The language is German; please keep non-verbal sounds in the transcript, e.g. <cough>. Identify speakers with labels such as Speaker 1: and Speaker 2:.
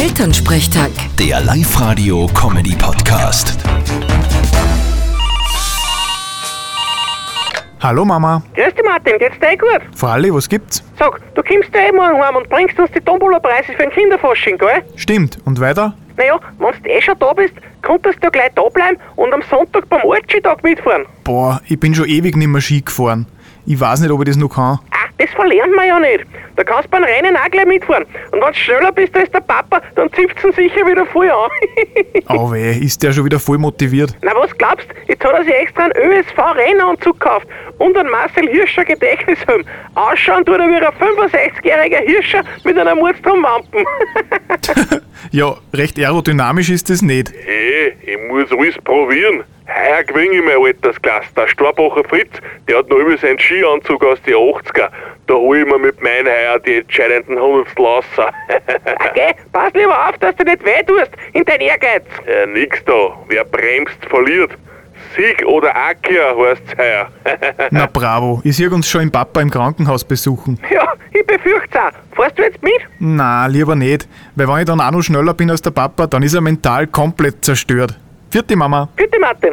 Speaker 1: Elternsprechtag.
Speaker 2: Der Live-Radio-Comedy-Podcast.
Speaker 3: Hallo Mama,
Speaker 4: Grüß dich Martin, geht's dir eh gut?
Speaker 3: Fralli, was gibt's?
Speaker 4: Sag, du kommst ja eh morgen heim und bringst uns die Tombola-Preise für den Kinderfasching, gell?
Speaker 3: Stimmt, und weiter?
Speaker 4: Naja, wenn du eh schon da bist, könntest du gleich da bleiben und am Sonntag beim Ortschi-Tag mitfahren.
Speaker 3: Boah, ich bin schon ewig nimmer Ski gefahren. Ich weiß nicht, ob ich das noch kann.
Speaker 4: Ah, das verlernt man ja nicht. Da kannst du beim Rennen auch gleich mitfahren. Und wenn du schneller bist als der Papa, dann zipft's ihn sicher wieder voll an. <laughs>
Speaker 3: Oh weh, ist der schon wieder voll motiviert.
Speaker 4: Na was glaubst, jetzt hat er sich extra einen ÖSV-Rennanzug gekauft und einen Marcel Hirscher Gedächtnishelm. Ausschauen tut er wie ein 65-jähriger Hirscher mit einer <laughs> Mordstromwampen.
Speaker 3: Ja, recht aerodynamisch ist das nicht.
Speaker 5: Eh, ich muss alles probieren. Heuer gewinne ich mein Altersklasse. Der Storbacher Fritz, der hat noch immer seinen Skianzug aus den 80er. Da hol ich mir mit meinen Heuer die entscheidenden Hundertstel raus.
Speaker 4: Okay, pass lieber auf, dass du nicht weh tust in dein Ehrgeiz.
Speaker 5: äh, nix da. Wer bremst, verliert. Sieg oder Akia heißt's heuer.
Speaker 3: Na bravo, ich sehe uns schon im Papa im Krankenhaus besuchen.
Speaker 4: Ja, ich befürchte auch. Fährst du jetzt mit?
Speaker 3: Na, lieber nicht, weil wenn ich dann auch noch schneller bin als der Papa, dann ist er mental komplett zerstört. Vierte Mama.
Speaker 4: Bitte, Martin.